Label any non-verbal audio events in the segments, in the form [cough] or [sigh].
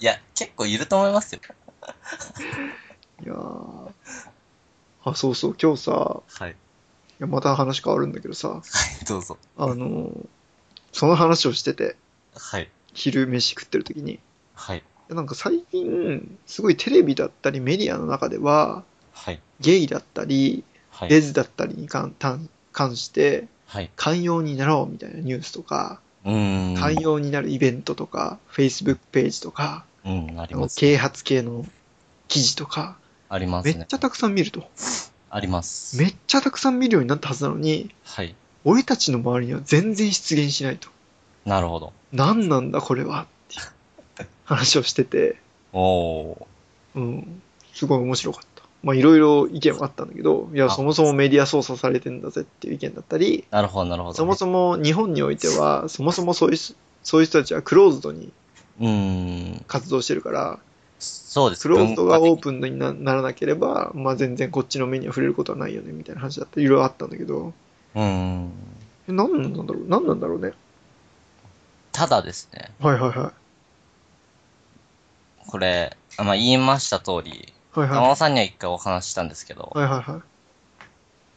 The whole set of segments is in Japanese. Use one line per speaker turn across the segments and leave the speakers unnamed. いや、結構いると思いますよ。
いやーあ、そうそう、今日さ、
はい。
いやまた話変わるんだけどさ、
はい、どうぞ。
あのーその話をしてて、
はい。
昼飯食ってる時に、い
はい。
やなんか最近、すごいテレビだったりメディアの中では、
はい。
ゲイだったり、
は
レ
い。
ズだったりに関関関して、
はい。
寛容になろうみたいなニュースとか、
うーん。
寛容になるイベントとか、Facebook ページとか、
うん、あり
あの
ます。
啓発系の記事とか、
あります
め
ね。
っちゃたくさん見ると。
あります。
めっちゃたくさん見るようになったはずなのに、
はい。
俺たちの周りには全然出現しないと。
なるほど。
何なんだこれはっていう話をしてて、
おー。
うん、すごい面白かった。まあいろいろ意見はあったんだけど、いや、
あ
そもそもメディア操作されてんだぜっていう意見だったり、
なるほど、なるほど。
そもそも日本においては、そもそもそういうし、そういう人たちはクローズドに
うーん。
活動してるから、
そうです。
クローズドがオー
ン。
プンになならなければ、まあ全然こっちの目には触れることはないよねみたいな話だったり、いろいろあったんだけど、
うーん。
え何なんだろう何なんだろうね。
ただですね、
はいはいはい。
これ、あまあ、言いました通り、
はい
山
は
尾さんには一回お話ししたんですけど
い。、はいはいはい。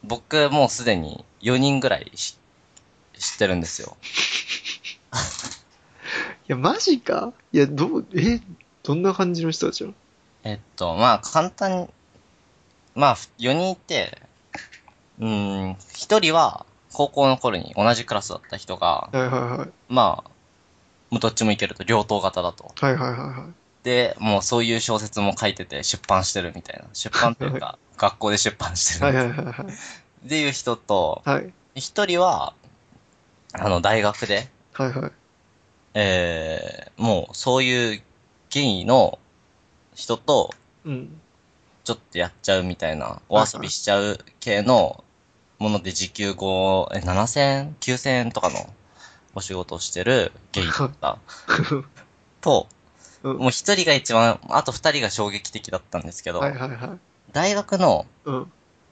僕もうすでに4人ぐらいし知ってるんですよ。
いや、マジかいや、どう、え、どんな感じの人たちなの
えっと、まあ、簡単に、まあ、4人いて、うーん、1人は高校の頃に同じクラスだった人が、
はいはいはい。
まあ、もうどっちもいけると、両党型だと。
はいはいはいはい。
で、もうそういう小説も書いてて出版してるみたいな。出版という
[laughs]
か、学校で出版して
は
る
い
みた
はいい
な。
はいはい。
っていう人と、
はい
一人は、あの、大学で、
はいはい。
えー、もうそういうゲイの人と、
うん。
ちょっとやっちゃうみたいな、お遊びしちゃう系のもので時給5、え、7000円 ?9000 円とかのお仕事をしてるゲイだ
[laughs]
った。と、
うん
もう一人が一番、あと二人が衝撃的だったんですけど、
はいはいはい。
大学の、
うん。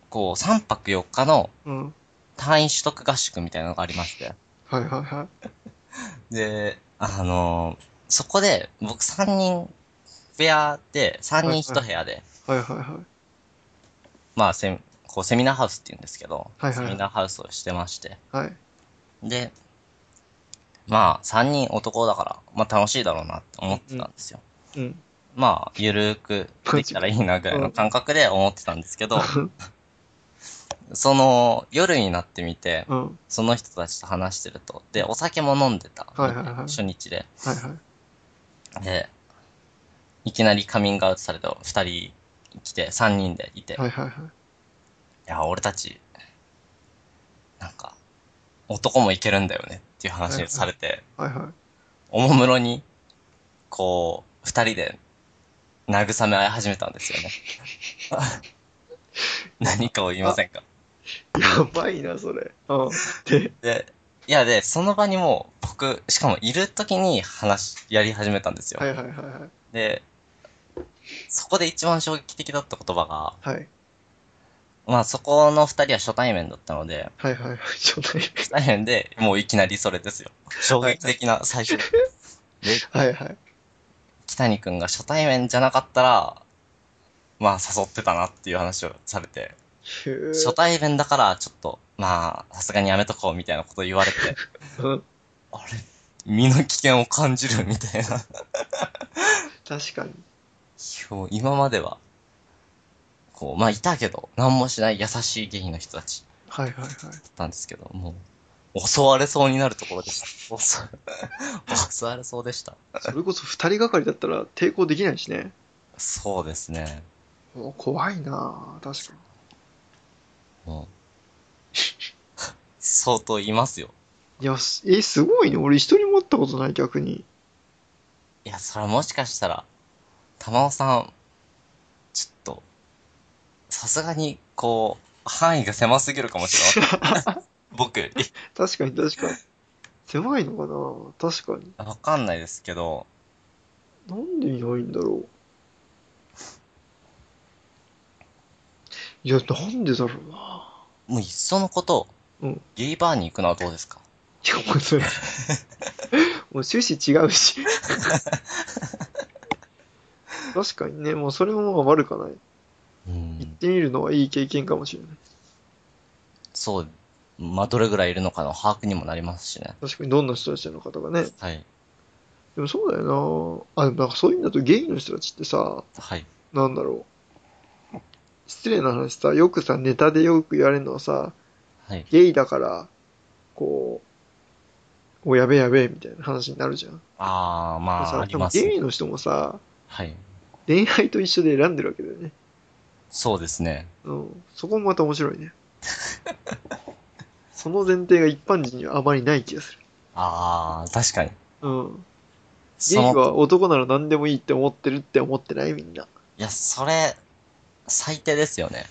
こう、3泊4日の
うん。
単位取得合宿みたいなのがありまして。
はいはいはい。
で、あのーそこで、僕3人部屋で、3人1部屋で、
はいはいはい。
まあ、セミこうセミナーハウスって言うんですけど、
はいはい
セミナーハウスをしてまして、
はい。
で、まあ、3人男だから、まあ楽しいだろうなって思ってたんですよ。
うん。
まあ、ゆるーくできたらいいなぐらいの感覚で思ってたんですけど、その、夜になってみて、
うん。
その人たちと話してると、で、お酒も飲んでた、
はいはいはい
初日で、
はいはい。
で、いきなりカミングアウトされた2人来て、3人でいて、
はいはいはい。
いや、俺たち、なんか、男もいけるんだよねっていう話をされて、
はいは
おもむろに、こう、二人で慰め合い始めたんですよね。
[laughs]
何かを言いませんか
い。やばいな、それ。うん。で、
で、いやで、その場にもう僕、しかもいる時に話、やり始めたんですよ。
はいはいはいはい。
で、そこで一番衝撃的だった言葉が、
はい。
まあそこの二人は初対面だったので、
はいはいはい。ちょっとね。
初対面でもういきなりそれですよ。衝撃的な最
[laughs]
初。で、
はいはい。
北谷くんが初対面じゃなかったら、まあ誘ってたなっていう話をされて、
ひゅ
初
ー
対面だからちょっと、まあ、さすがにやめとこうみたいなこと言われて、
うん。
あれ身の危険を感じるみたいな。い [laughs]
確かに。
や今までは、こう、まあいたけど、何もしない優しい芸人の人たち
はいはいはい。
だったんですけど、もう、襲われそうになるところでした。 [laughs] 襲襲われそうでした。
それこそ二人がかりだったら抵抗できないしね。
そうですね。
もう怖いな確かに。
もう、相当いますよ。
いや、すえ、すごいね。俺一人も会ったことない、逆に。
いや、それはもしかしたら、玉尾さん、ちょっと、さすがに、こう、範囲が狭すぎるかもしれない。
[laughs]
僕より、
確かに確かに。狭いのかな確かに。
わかんないですけど、
なんでいないんだろう。いや、なんでだろうな。
もういっそのこと、
うん
ゲイバーに行くのはどうですか
いや、もうそれ。もう趣旨違うし。確かにね、もうそれもまあ悪かな
う
い。行っ
ん。
てみるのはいい経験かもしれない。
そう。まあ、どれぐらいいるのかの把握にもなりますしね。
確かにどんな人たちなのかとかね。
はい。
でもそうだよなあ、でもなんかそういうんだとゲイの人たちってさ、
はい。
なんだろう。失礼な話さ、よくさ、ネタでよく言われるのはさ、
はい。
ゲイだから、こう、おやべえやべえみたいな話になるじゃん。
ああ、ま
で
あ、
さ
あり
多分
ます。
ゲイの人もさ、
はい。
恋愛と一緒で選んでるわけだよね。
そうですね。
うん。そこもまた面白い
[laughs]
ね。その前提が一般人にはあまりない気がす
ああ、確かに。
る。うん。ゲイ
その、
は男なら何でもいいって思ってるって思ってないみんな。
いや、それ、最低ですよね。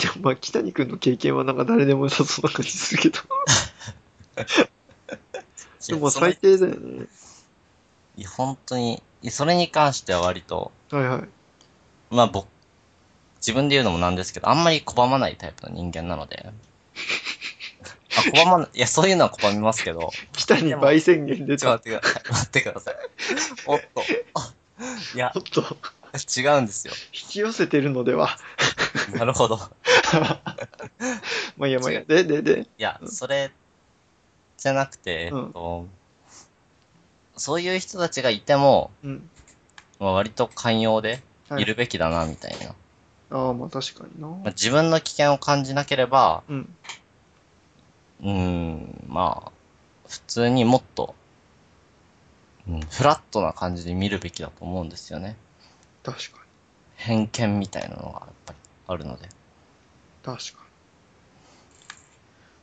でもまあ、北に君の経験はなんか誰でも良さそうな感じするけど。でもまあ
その
最低だよね。
いや本当に、いやそれに関しては割と、
はいはい。
まあ僕、自分で言うのもなんですけど、あんまり拒まないタイプの人間なの [laughs] で。あ、拒まない、いや、そういうのは拒みますけど、
北に倍宣言出
ちょ
た。
っと待ってください。待ってください。おっと。あいや
ち、ょっと引
違うんですよ。
き寄せてるのでは。
なるほど。い
まあいいやまあいいや。で、で、で。
や、それ、じゃなくて、
うん
えっと、そういう人たちがいても、
うん。
まあ、割と寛容で
はい
いるべきだな、みたいな。
ああ、まあ確かにな。
まあ、自分の危険を感じなければ、
うん。
うーん、まあ、普通にもっと、うん、フラットな感じで見るべきだと思うんですよね。
確かに。
偏見みたいなのがやっぱりあるので。
確かに。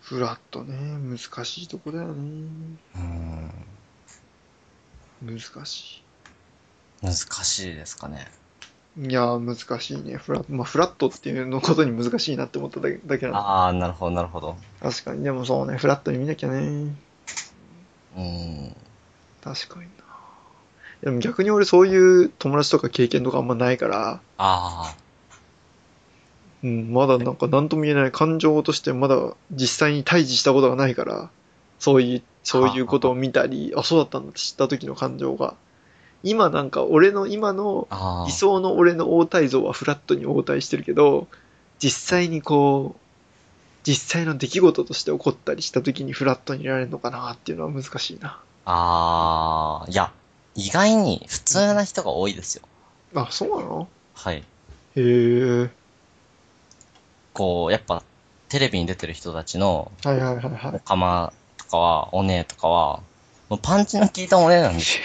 フラットね。難しいとこだよね。
うーん、
難し
難しいですかね。
い。いやー、難しいね。フラット。まあ、フラットっていうのことに難しいなって思っただけだけな
ああ、なるほど、なるほど。
の。確かに。でもそうね。フラットに見なきゃね。
うーん、
確かにな。でも逆に俺そういう友達とか経験とかあんまないから、
ああ、
うん、まだなんか何とも言えない感情としてまだ実際に対峙したことがないから、そういう、そういうことを見たり、あ、そうだったんだって知った時の感情が、今なんか俺の今の
ああ
理、想の俺の応対像はフラットに応対してるけど、実際にこう、実際の出来事として起こったりした時にフラットにいられるのかなっていうのは難しいな。
ああ、いや、意外に普通な人が多いですよ。
あ、そうなの
はい。
へえ。
こう、やっぱ、テレビに出てる人たちの、
はいはいはいはい
お。かまとかは、お姉とかは、もうパンチの効いたお姉なんですよ。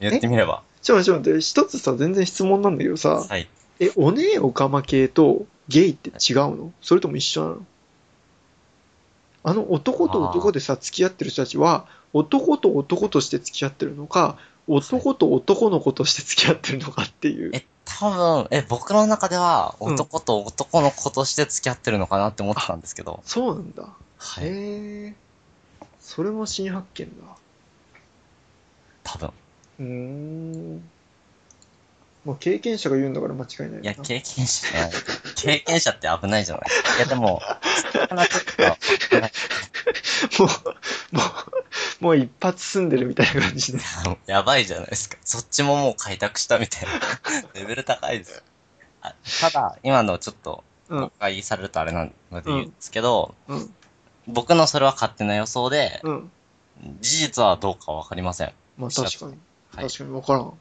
[laughs] 言ってみれば。
ちょ、ちょ、で、一つさ、全然質問なんだけどさ、
はい。
え、お姉おかま系とゲイって違うのそれとも一緒なのあの男と男でさ、付き合ってる人たちは、男と男として付き合ってるのか、男と男の子として付き合ってるのかっていう。
え、多分、え、僕の中では、
うん
男と男の子として付き合ってるのかなって思ってたんですけど、
そうなんだ。
は
へ
い。
え。それも新発見だ。
多分。
うーん。もう経験者が言うんだから間違いない
いや、
な。
経験者じゃない。経験者って危ないじゃない。いや、で
[laughs]
も、そんなことは危ない
[laughs] もう、もう、もう一発済んでるみたいな感じで。
やばいじゃないですか。そっちももう開拓したみたいな。 [laughs] レベル高いですよ。あただ、今のちょっと、
うん
誤解されるとあれなので言うんですけど、
うん。
僕のそれは勝手な予想で、
うん。
事実はどうかわかりません。
まあ
しちゃった
確かに。
はい
確かに分からん。
こ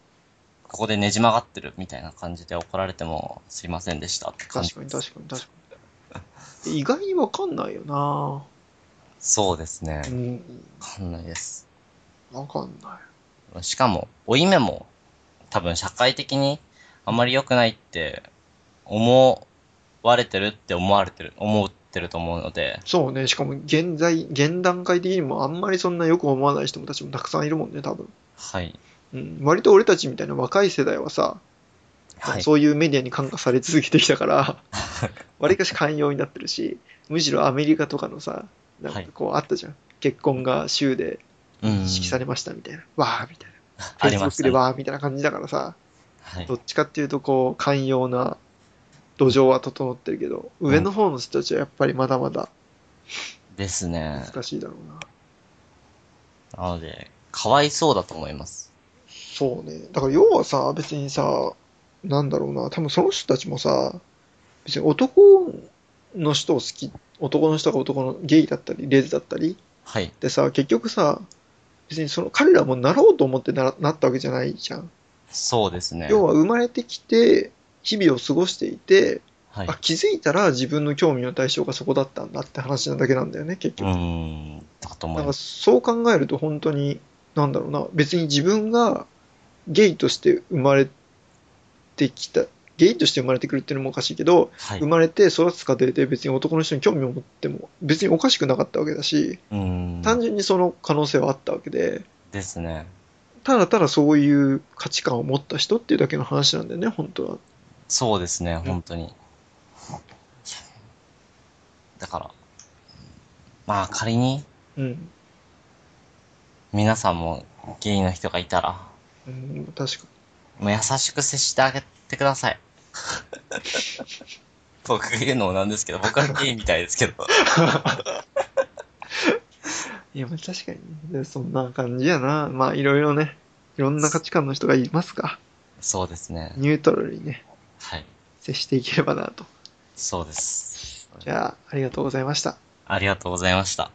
こでねじ曲がってるみたいな感じで怒られてもすいませんでしたって感じ。
確かに確かに確かに。意外に分かんないよな
そうですね。わ
うん。
かんないです。
分かんな
しかも、負い目も多分社会的にあまり良くないって思われてるって思われてる、思ってると思うので、
い。そうね。しかも現在、現段階的にもあんまりそんなよく思わない人もたちもたくさんいるもんね、多分。
はい。
うん。割と俺たちみたいな若い世代はさ、
はい。
そういうメディアに感化され続けてき
[laughs]
たから、わりかし寛容になってるし、むしろアメリカとかのさ、なんかこうあったじゃん。結婚が州で
うん
意識されましたみたいな。わーみたいな。
ありま
Facebook
す
で
ね。
わーみたいな感じだからさ。
はい
ど。っちかっていうとこう寛容な土壌は整ってるけど
ん
上の方の人たちはやっぱりまだまだ
ですね。
難しいだろうな、
なので、かわいそうだと思います。
そうねだから要はさ別にさなんだろうな、多分その人たちもさ、別に男の人を好き、男の人が男のゲイだったり、レズだったり
はい。
でさ、結局さ、別にその彼らもなろうと思ってななったわけじゃないじゃん。
そうですね。
要は生まれてきて、日々を過ごしていて、
はい。
あ気づいたら自分の興味の対象がそこだったんだって話なだけなんだよね、結
う
局。
ーん、だと思
ないん
ま
か
す。
そう考えると本当に、なんだろうな、別に自分がゲイとして生まれてきた、ゲイとして生まれてくるっていうのもおかしいけど、
はい。
生
う
まれて育つ過程で別に男の人に興味を持っても別におかしくなかったわけだし、
ーん。
単純にその可能性はあったわけで、
ですね。
ただただそういう価値観を持った人っていうだけの話なんだよね、本当は。
そうですね、本当に。いやだから、まあ仮に
うん。
皆さんもゲイの人がいたら、
うん、確か
もう優しく接してあげてください。 [laughs] 僕が言うのもなんですけど、僕はゲイみたいですけど。
に。いや、まあ確かにね、でそんな感じやな。まあいろいろね、いろんな価値観の人がいますが、
そうですね。
ニュートラルにね、
はい。
接していければなと。
そうです。
じゃあ、ありがとうございました。
ありがとうございました。